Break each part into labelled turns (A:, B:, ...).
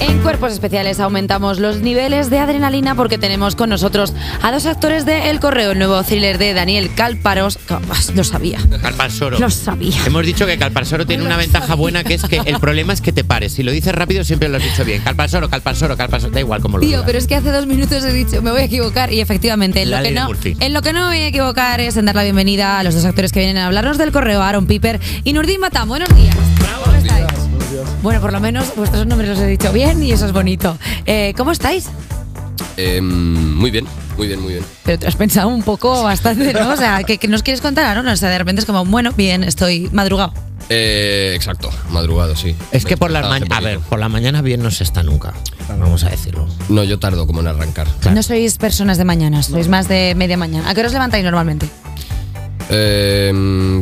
A: En Cuerpos Especiales aumentamos los niveles de adrenalina porque tenemos con nosotros a dos actores de El Correo, el nuevo thriller de Daniel Calparos. Lo sabía.
B: Calparsoro.
A: Lo sabía.
B: Hemos dicho que Calparsoro tiene una ventaja buena que es que el problema es que te pares. Si lo dices rápido siempre lo has dicho bien. Calparsoro, Calparsoro, Calparsoro. Da igual como lo
A: Tío,
B: digas.
A: pero es que hace dos minutos he dicho, me voy a equivocar y efectivamente en,
B: La
A: lo que,
B: ley de
A: no,
B: Murphy.
A: en lo que no me voy a equivocar es en dar la bienvenida a los dos actores que vienen a hablarnos del correo, Aaron Piper y Nurdin Matam. Buenos días. ¿Cómo estáis? Bueno, por lo menos vuestros nombres los he dicho bien y eso es bonito. Eh, ¿Cómo estáis?
C: Eh, muy bien, muy bien, muy bien.
A: Pero te has pensado un poco bastante, ¿no? O sea, ¿qué, qué nos quieres contar, Aaron? O sea, de repente es como, bueno, bien, estoy madrugado.
C: Eh, exacto, madrugado, sí.
B: Es que
C: Me
B: por las
C: despertaba hace
B: mañanas. A ver,
C: poquito.
B: por la mañana bien no se está nunca. Vamos a decirlo.
C: No, yo tardo como en arrancar.
B: Claro.
A: No sois personas de mañana, sois más de media mañana. ¿A qué hora os levantáis normalmente?
C: Eh,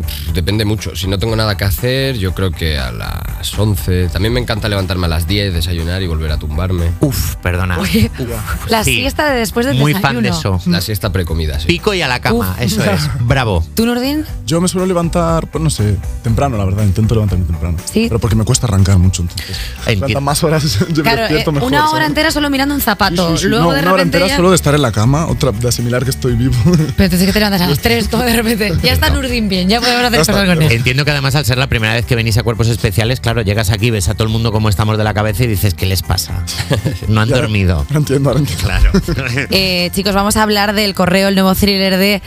C: pff, depende mucho. Si no tengo nada que hacer, yo creo que a las 11. También me encanta levantarme a las 10, desayunar y volver a tumbarme.
B: Uf, perdona.
A: Oye,
B: Uf,
A: la
B: sí.
A: siesta de después del
B: Muy
A: Pues, desayuno.
B: fan de eso.
C: La siesta precomida, sí.
B: Pico y a la cama,
A: Uf.
B: eso es. Bravo.
A: ¿Tú, Nurdin?
D: Yo me suelo levantar, pues no sé, temprano, la verdad. Intento levantarme temprano.
A: Sí.
D: Pero porque me cuesta arrancar mucho. Entonces,
B: Entiendo.
D: Cuantas más horas yo me
A: Claro,
D: despierto
A: eh,
D: mejor.
A: una hora
D: ¿sabes?
A: entera solo mirando un
D: Sí,
A: zapato.
D: sí, sí.
A: Luego
D: No,
A: de
D: una hora
A: repente
D: entera
A: ya-
D: solo de estar en la cama, otra de asimilar que estoy vivo.
A: Pero entonces que te levantas a las 3 como de repente. Ya está Nurdin bien, ya podemos hacer
D: Ya está.
A: cosas con él.
B: Entiendo que además al ser la primera vez que venís a cuerpos especiales, claro, llegas aquí, ves a todo el mundo como estamos de la cabeza y dices, ¿qué les pasa? No han
D: Ya,
B: dormido.
D: No entiendo, ahora entiendo.
B: Claro.
A: Eh, chicos, vamos a hablar del correo, el nuevo thriller de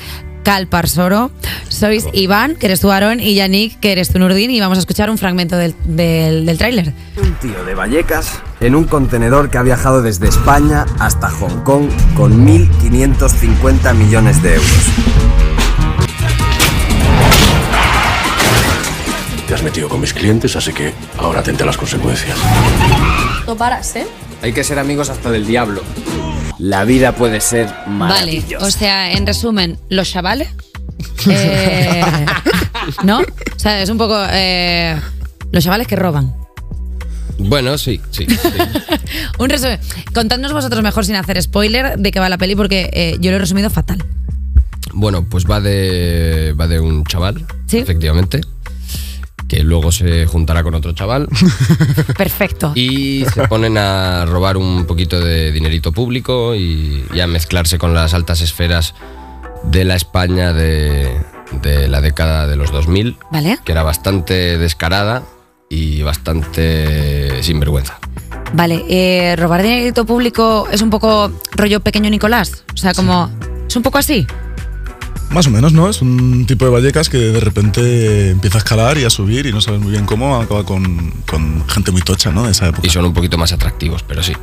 A: Calparsoro. Sois Iván, que eres tú Aaron, y Yannick, que eres tú Nurdin, y vamos a escuchar un fragmento del, del, del tráiler.
E: Un tío de Vallecas en un contenedor que ha viajado desde España hasta Hong Kong con 1.550 millones de euros.
F: Te has metido con mis clientes, así que ahora atente a las consecuencias.
G: No paras, ¿eh?
E: Hay que ser amigos hasta del diablo. La vida puede ser
A: Vale,
E: maravillosa.
A: o sea, en resumen, los chavales. eh, ¿No? O sea, es un poco. eh, los chavales que roban.
C: Bueno, sí, sí. sí.
A: Un resumen. Contadnos vosotros mejor sin hacer spoiler de qué va la peli, porque eh, yo lo he resumido fatal.
C: Bueno, pues va de, va de un chaval,
A: Sí.
C: efectivamente, que luego se juntará con otro chaval
A: Perfecto.
C: y se ponen a robar un poquito de dinerito público y, y a mezclarse con las altas esferas de la España de, de la década de los 2000,
A: ¿Vale?
C: que era bastante descarada y bastante sinvergüenza.
A: Vale, eh, robar dinerito público es un poco rollo pequeño Nicolás. O sea, como. Es un poco así.
D: Más o menos, ¿no? Es un tipo de vallecas que de repente empieza a escalar y a subir y no sabes muy bien cómo, acaba con, con gente muy tocha, ¿no? De esa época.
C: Y son un poquito más atractivos, pero sí.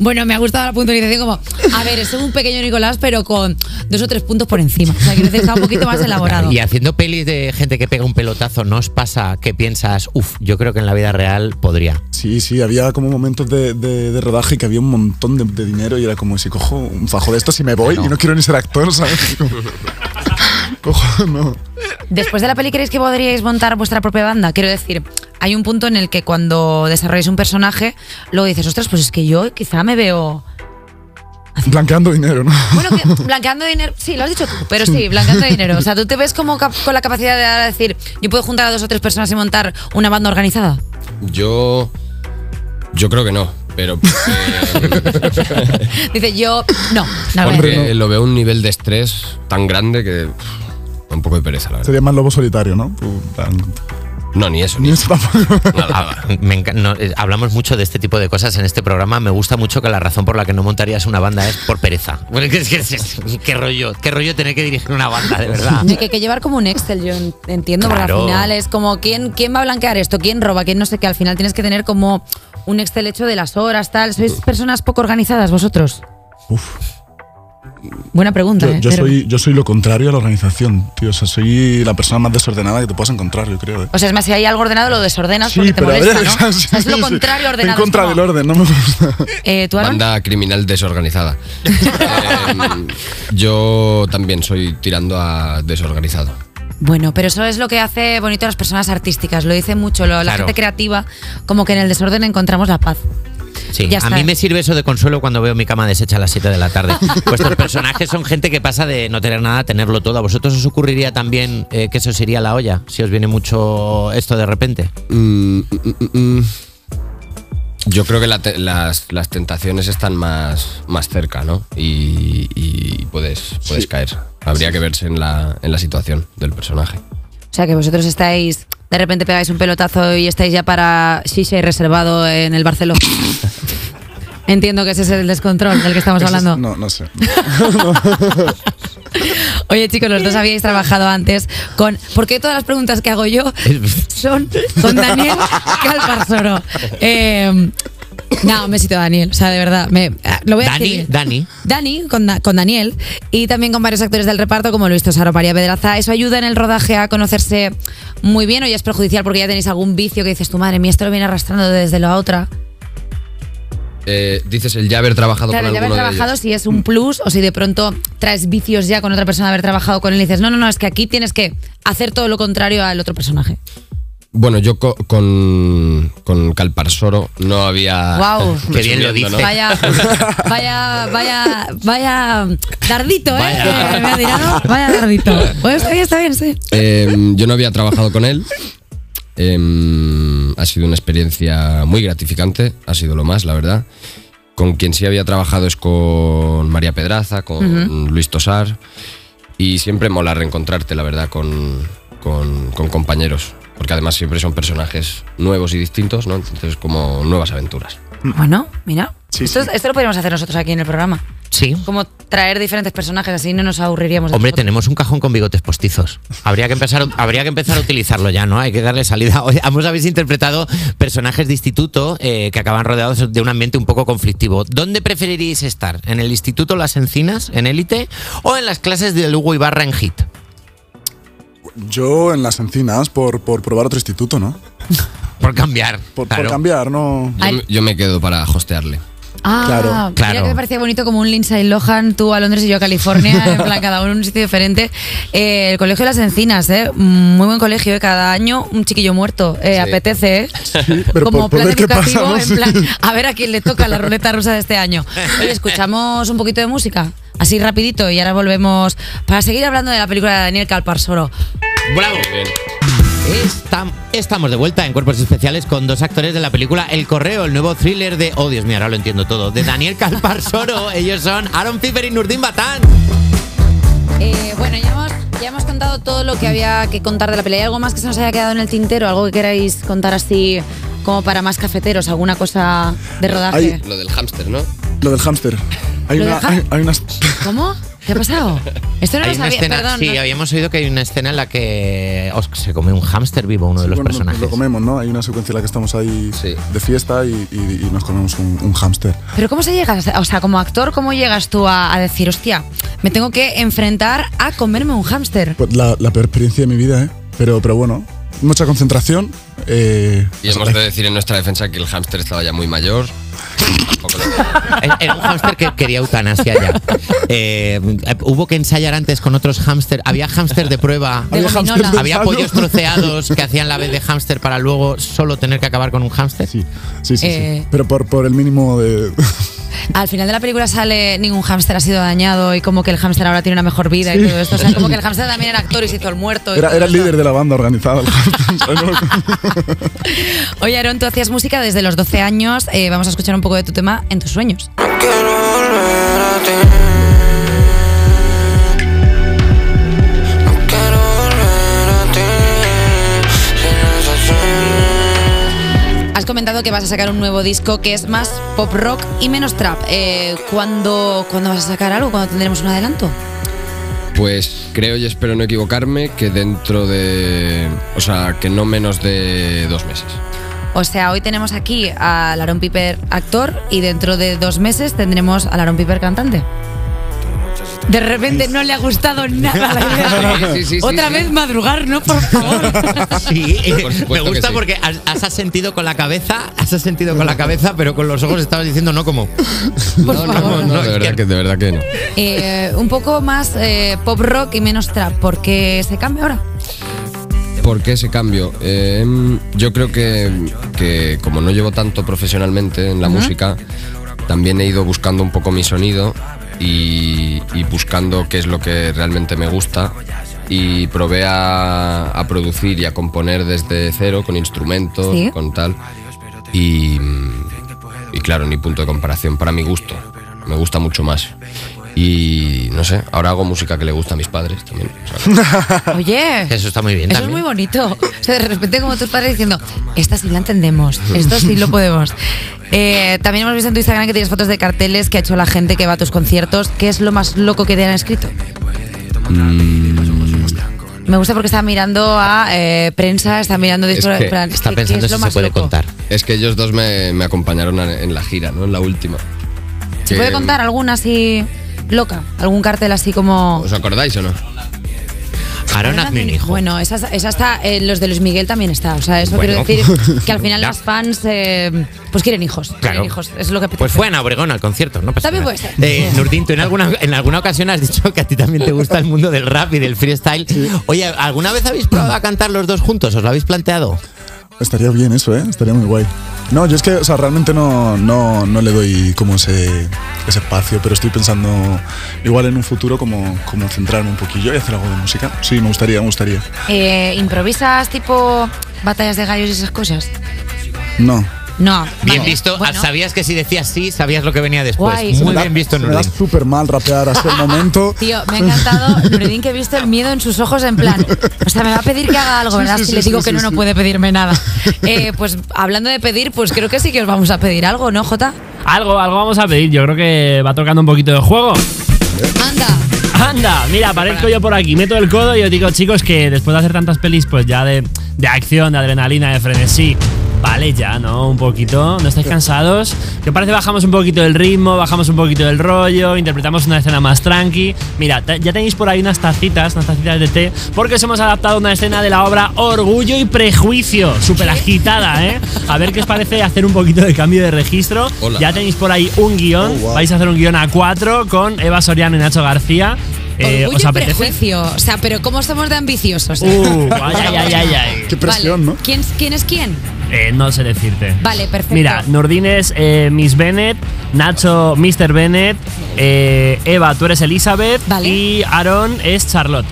A: Bueno, me ha gustado la puntualización como. A ver, es un pequeño Nicolás, pero con dos o tres puntos por encima. O sea, que necesita un poquito más elaborado.
B: Y haciendo pelis de gente que pega un pelotazo, ¿no os pasa que piensas, uff, yo creo que en la vida real podría?
D: Sí, sí, había como momentos de, de- de rodaje que había un montón de, de dinero y era como si cojo un fajo de estos y me voy
C: Claro.
D: y no quiero ni ser actor, ¿sabes? Como- cojo, no.
A: Después de la peli, ¿creéis que podríais montar vuestra propia banda? Quiero decir, hay un punto en el que cuando desarrolláis un personaje, luego dices, ostras, pues es que yo quizá me veo.
D: Blanqueando dinero, ¿no?
A: Bueno, que blanqueando dinero. Sí, lo has dicho tú, pero sí, blanqueando dinero. O sea, tú te ves como cap- con la capacidad de ahora decir, yo puedo juntar a dos o tres personas y montar una banda organizada.
C: Yo. Yo creo que no, pero. porque-
A: Dice, yo. No, la verdad.
C: porque lo veo a un nivel de estrés tan grande que. pff, Un poco de pereza, la verdad.
D: Sería más lobo solitario, ¿no? Tú, tan-
C: No, ni eso,
D: Ni
C: ni eso.
D: eso tampoco.
C: Nada.
B: Me enca- no, eh, hablamos mucho de este tipo de cosas en este programa. Me gusta mucho que la razón por la que no montarías una banda es por pereza. Bueno, es que- es que- es- qué rollo, qué rollo tener que dirigir una banda, de verdad.
A: Hay que, que llevar como un Excel, yo en- entiendo, porque
B: Claro.
A: al final es como ¿quién, quién va a blanquear esto, quién roba, quién no sé qué. Al final tienes que tener como un Excel hecho de las horas, tal. ¿Sois personas poco organizadas vosotros?
D: Uf.
A: Buena pregunta,
D: Yo,
A: ¿eh?
D: yo
A: Pero-
D: soy, yo soy lo contrario a la organización, tío. O sea, soy la persona más desordenada que te puedas encontrar, yo creo. ¿eh?
A: O sea, es más, si hay algo ordenado, lo desordenas porque te
D: a
A: molesta,
D: ver,
A: ¿no?
D: o sea, sí,
A: O sea, es lo
D: sí, sí.
A: contrario a ordenado.
D: En contra
A: es
D: del
A: como,
D: orden, no me gusta.
A: eh, ¿Tú, Aaron?
C: Banda criminal desorganizada. Em, yo también soy tirando a desorganizado.
A: Bueno, pero eso es lo que hace bonito a las personas artísticas. Lo dice mucho lo- la
B: Claro.
A: gente creativa, como que en el desorden encontramos la paz.
B: Sí,
A: Ya
B: a
A: está.
B: mí me sirve eso de consuelo cuando veo mi cama deshecha a las 7 de la tarde. Vuestros personajes son gente que pasa de no tener nada a tenerlo todo. ¿A vosotros os ocurriría también eh, que eso sería la olla? Si os viene mucho esto de repente.
C: Mm, mm, mm, mm. Yo creo que la te- las, las tentaciones están más, más cerca, ¿no? Y, y puedes, puedes caer. Habría que verse en la, en la situación del personaje.
A: O sea, que vosotros estáis, de repente pegáis un pelotazo y estáis ya para shisha y reservado en el Barcelona. Entiendo que ese es el descontrol del que estamos
D: Eso es-
A: hablando.
D: No, no sé.
A: Oye, chicos, los dos habíais trabajado antes con. ¿Por qué todas las preguntas que hago yo son con Daniel Calparsoro? Eh, no, un besito, Daniel. O sea, de verdad. me- ah, lo voy a
B: Dani,
A: escribir.
B: Dani.
A: Dani, con, Da- con Daniel. Y también con varios actores del reparto, como Luis Tosaro, María Pedraza. ¿Eso ayuda en el rodaje a conocerse muy bien o ya es perjudicial porque ya tenéis algún vicio que dices, tu madre mía, esto lo viene arrastrando desde lo a otra?
C: Eh, dices el ya haber trabajado
A: Claro,
C: con
A: ya haber
C: alguno de
A: trabajado
C: ellos.
A: si es un plus o si de pronto traes vicios ya con otra persona, haber trabajado con él y dices, no, no, no, es que aquí tienes que hacer todo lo contrario al otro personaje.
C: Bueno, yo co- con, con Calparsoro no había...
A: Guau.
B: Qué bien lo
C: Resumiendo,
B: dice.
C: ¿no?
A: Vaya, vaya, vaya, vaya dardito, ¿eh?
B: Vaya.
A: Que me ha tirado, vaya dardito. Bueno, está bien, está bien, sí.
C: Em, yo no había trabajado con él. Em, ha sido una experiencia muy gratificante, ha sido lo más, la verdad. Con quien sí había trabajado es con María Pedraza, con Luis Tosar. Y siempre mola reencontrarte, la verdad, con, con- con compañeros. Porque además siempre son personajes nuevos y distintos, ¿no? Entonces, como nuevas aventuras.
A: Bueno, mira.
D: Sí,
A: esto,
D: sí.
A: esto lo podríamos hacer nosotros aquí en el programa.
B: Sí.
A: Como traer diferentes personajes, así no nos aburriríamos. de
B: Hombre,
A: nosotros.
B: tenemos un cajón con bigotes postizos. Habría que empezar, habría que empezar a utilizarlo ya, ¿no? Hay que darle salida. Oye, ambos habéis interpretado personajes de instituto eh, que acaban rodeados de un ambiente un poco conflictivo. ¿Dónde preferiríais estar? ¿En el instituto Las Encinas, en Élite, o en las clases de Lugo Ibarra en Hit?
D: Yo en las encinas por, por probar otro instituto, ¿no?
B: Por cambiar.
D: Por, por
B: claro.
D: cambiar, no.
C: Yo,
A: Ay.
C: me- yo me quedo para hostearle.
A: Ah,
D: Claro,
B: claro.
A: Mira que me parecía bonito como un Lindsay Lohan, tú a Londres y yo a California, en plan, cada uno en un sitio diferente. Eh, el Colegio de las Encinas, ¿eh? Muy buen colegio, ¿eh? Cada año un chiquillo muerto. Eh,
C: Sí.
A: Apetece, ¿eh?
D: pero
A: como
D: por- por
A: plan
D: ver qué
A: educativo,
D: pasa, ¿no?
A: en plan,
D: Sí.
A: a ver a quién le toca la ruleta rusa de este año. Oye, escuchamos un poquito de música, así rapidito, y ahora volvemos para seguir hablando de la película de Daniel Calparsoro.
B: ¡Bravo! Estam- estamos de vuelta en Cuerpos Especiales con dos actores de la película El Correo, el nuevo thriller de. Oh, Dios mío, ahora lo entiendo todo. De Daniel Calparsoro. Ellos son Aaron Piper y Nurdin Batán.
A: Eh, bueno, ya hemos, ya hemos contado todo lo que había que contar de la pelea. ¿Hay algo más que se nos haya quedado en el tintero? ¿Algo que queráis contar así como para más cafeteros? ¿Alguna cosa de rodaje?
D: Hay-
C: Lo del hámster, ¿no?
D: Lo del hámster. Hay,
A: ¿Lo
D: una,
A: del
D: hay,
A: ham-
D: hay unas.
A: ¿Cómo? ¿Qué ha pasado? Esto no
B: Hay
A: lo
B: una
A: sabía,
B: escena-
A: perdón.
B: sí,
A: no-
B: habíamos oído que hay una escena en la que os- se come un hámster vivo uno de los
D: Bueno, nos-
B: personajes.
D: Lo comemos, ¿no? Hay una secuencia en la que estamos ahí
C: Sí.
D: de fiesta y, y- y nos comemos un, un hámster.
A: Pero ¿cómo se llega? O sea, como actor, ¿cómo llegas tú a, a decir, hostia, me tengo que enfrentar a comerme un hámster?
D: Pues la, la peor experiencia de mi vida, ¿eh? Pero, pero bueno, mucha concentración. eh,
C: Y hemos de decir en nuestra defensa que el hámster estaba ya muy mayor. Tampoco lo-
B: Era- Era un hámster que quería eutanasia ya. Eh, hubo que ensayar antes con otros hámster. Había hámster de prueba.
A: De
D: hámster
A: gominola.
D: de
B: Había
D: ensayo.
B: pollos troceados que hacían la vez de hámster para luego solo tener que acabar con un hámster.
D: Sí, sí, sí. sí.
A: Eh.
D: Pero por, por el mínimo de.
A: Al final de la película sale ningún hámster ha sido dañado y como que el hámster ahora tiene una mejor vida y todo esto. O sea, como que el hámster también era actor y se hizo el muerto. y
D: Era,
A: todo
D: era el
A: esto.
D: líder de la banda organizada, el hámster.
A: Oye, Aaron, tú hacías música desde los 12 años. Eh, vamos a escuchar un poco de tu tema en tus sueños.
H: Quiero volver a ti. No quiero volver a ti. Si no es así.
A: Has comentado que vas a sacar un nuevo disco que es más pop rock y menos trap. Eh, ¿cuándo, ¿Cuándo vas a sacar algo? ¿Cuándo tendremos un adelanto?
C: Pues creo y espero no equivocarme que dentro de. O sea, que no menos de dos meses.
A: O sea, hoy tenemos aquí a Aaron Piper actor y dentro de dos meses tendremos a Aaron Piper cantante. De repente no le ha gustado nada la idea.
C: Sí, sí, sí,
A: Otra
C: sí.
A: vez madrugar, ¿no? Por favor.
B: Sí, eh,
C: Por
B: me
C: supuesto
B: gusta
C: que sí.
B: porque has, has asentido con la cabeza, has asentido con la cabeza, pero con los ojos estabas diciendo no como.
A: Por
C: no,
A: favor.
C: no, no, de, verdad que, de verdad que no.
A: Eh, un poco más eh, pop rock y menos trap, porque se cambia ahora.
C: ¿Por qué ese cambio? Eh, yo creo que, que como no llevo tanto profesionalmente en la música, también he ido buscando un poco mi sonido y, y buscando qué es lo que realmente me gusta. Y probé a, a producir y a componer desde cero, con instrumentos,
A: Sí.
C: con tal. Y, mm, y claro, ni punto de comparación para mi gusto. Me gusta mucho más. Y no sé, ahora hago música que le gusta a mis padres también. o sea,
A: Oye.
B: Eso está muy bien.
A: Eso es
B: también.
A: muy bonito. O sea, de repente como tus padres diciendo, esta sí la entendemos, esto sí lo podemos. Eh, también hemos visto en tu Instagram que tienes fotos de carteles que ha hecho la gente que va a tus conciertos. ¿Qué es lo más loco que te han escrito?
B: Mm.
A: Me gusta porque está mirando a eh, prensa, está mirando...
C: Es
A: disco-
C: que
A: plan,
B: Está
A: ¿qué- qué
B: pensando
A: es lo
B: si se
A: más
B: puede
A: loco?
B: contar.
C: Es que ellos dos me, me acompañaron a- en la gira, ¿no? En la última.
A: ¿Se
C: Que-
A: puede contar alguna así loca? ¿Algún cartel así como...
C: ¿Os acordáis o no?
B: Aaron, hazme un hijo.
A: Bueno, esa, esa está, eh, los de Luis Miguel también está. O sea, eso
C: Bueno.
A: quiero decir que al final
B: Ya.
A: las fans eh, pues quieren hijos. quieren
B: Claro.
A: hijos, es lo que apetece.
B: Pues fue Ana Obregón al concierto, ¿no? Pasa
A: También
B: nada.
A: puede ser.
B: Eh, Nurdin, tú en alguna, en alguna ocasión has dicho que a ti también te gusta el mundo del rap y del freestyle. Oye, ¿alguna vez habéis probado a cantar los dos juntos? ¿Os lo habéis planteado?
D: Estaría bien eso, ¿eh? Estaría muy guay. No, yo es que, o sea, realmente no, no, no le doy como ese, ese espacio, pero estoy pensando igual en un futuro como, como centrarme un poquillo y hacer algo de música. Sí, me gustaría, me gustaría.
A: Eh, ¿Improvisas tipo batallas de gallos y esas cosas?
D: No.
A: No.
B: Bien
A: vale.
B: visto. Ah,
A: Bueno,
B: Sabías que si decías sí, sabías lo que venía después.
A: Guay. Se
B: Muy
D: Me da-
B: bien visto,
D: se Me da
B: Nurdin.
D: súper mal rapear hasta el momento.
A: Tío, me ha encantado, Nuredín, que he visto el miedo en sus ojos en plan. O sea, me va a pedir que haga algo,
D: Sí,
A: ¿verdad?
D: sí,
A: si
D: sí,
A: le digo
D: sí,
A: que
D: sí,
A: no, no
D: sí.
A: puede pedirme nada. Eh, pues hablando de pedir, pues creo que sí que os vamos a pedir algo, ¿no, Jota?
I: Algo, algo vamos a pedir. Yo creo que va tocando un poquito de juego.
A: Anda.
I: Anda, mira, aparezco yo por aquí, meto el codo y os digo, chicos, que después de hacer tantas pelis, pues ya de, de acción, de adrenalina, de frenesí, vale ya, ¿no? Un poquito, ¿no estáis cansados? ¿Qué os parece? Bajamos un poquito el ritmo, bajamos un poquito el rollo, interpretamos una escena más tranqui. Mira, te- ya tenéis por ahí unas tacitas, unas tacitas de té, porque os hemos adaptado una escena de la obra Orgullo y Prejuicio, súper agitada, ¿eh? A ver qué os parece hacer un poquito de cambio de registro.
C: Hola.
I: Ya tenéis por ahí un guión,
D: Oh, wow.
I: vais a hacer un guión a cuatro con Eva Soriano y Nacho García. Eh,
A: Orgullo
I: ¿Os
A: y
I: apetece?
A: prejuicio. O sea, pero ¿cómo somos de ambiciosos?
I: Uh, ay, ay, ay, ay.
D: Qué presión,
A: Vale.
D: ¿no?
A: ¿Quién, ¿Quién es quién?
I: Eh, no sé decirte.
A: Vale, perfecto.
I: Mira, Nordines, eh, Miss Bennett, Nacho, Mr. Bennett, eh, Eva, tú eres Elizabeth
A: Vale.
I: y Aaron es Charlotte.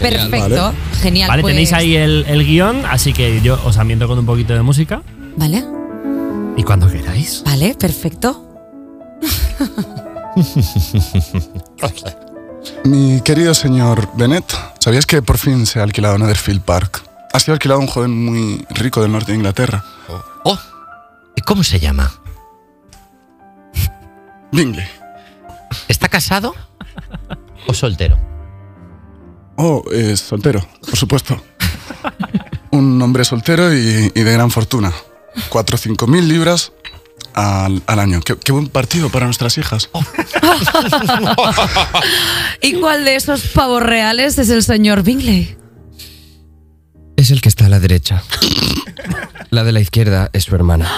A: perfecto.
D: vale.
A: Genial.
I: Vale,
A: pues-
I: tenéis ahí el, el guión, así que yo os ambiento con un poquito de música
A: Vale,
I: y cuando queráis.
A: vale, perfecto.
D: Mi querido señor Bennett, ¿sabías que por fin se ha alquilado Netherfield Park? Ha sido alquilado a un joven muy rico del norte de Inglaterra.
B: Oh, ¿y cómo se llama?
D: Bingley.
B: ¿Está casado o soltero?
D: Oh, es soltero, por supuesto. Un hombre soltero y, y de gran fortuna. Cuatro o cinco mil libras al, al año. Qué, qué buen partido para nuestras hijas.
A: ¿Y cuál de esos pavos reales es el señor Bingley?
C: Es el que está a la derecha. La de la izquierda es su hermana.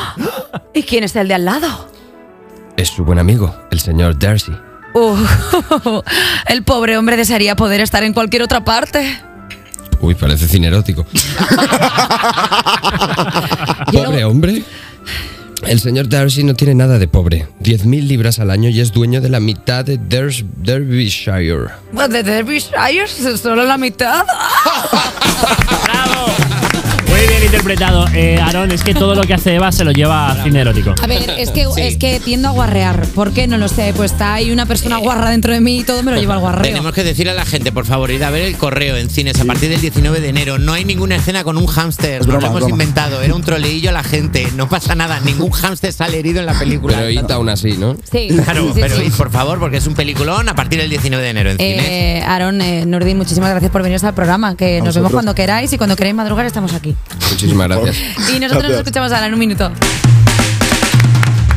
A: ¿Y quién es el de al lado?
C: Es su buen amigo, el señor Darcy.
A: Uh, el pobre hombre desearía poder estar en cualquier otra parte.
C: Uy, parece cine erótico. Pobre hombre. El señor Darcy no tiene nada de pobre. 10.000 libras al año y es dueño de la mitad de Ders- Derbyshire.
A: Bueno, De Derbyshire, solo la mitad.
I: ¡Bravo! Muy bien interpretado. Eh, Aaron, es que todo lo que hace Eva se lo lleva a cine erótico.
A: A ver, es que, es que tiendo a guarrear. ¿Por qué? No lo sé. Pues está ahí una persona
I: Eh.
A: guarra dentro de mí y todo me lo lleva al guarreo.
B: Tenemos que decirle a la gente, por favor, ir a ver el correo en cines a partir del 19 de enero. No hay ninguna escena con un hámster.
D: Es
B: Nos
D: broma,
B: lo hemos
D: broma.
B: inventado. Era un troleillo a la gente. No pasa nada. Ningún hámster sale herido en la película.
C: Pero Ita aún así, ¿no?
A: Sí,
B: Claro,
A: sí, sí,
B: pero
A: sí.
B: id, por favor, porque es un peliculón a partir del 19 de enero en cines.
A: Eh, Aaron, eh, Nordin, muchísimas gracias por venir al programa. Que nos vemos
D: vosotros.
A: cuando queráis y cuando queráis madrugar estamos aquí.
C: Muchísimas gracias.
A: Y nosotros nos
D: Gracias.
A: escuchamos ahora en un minuto.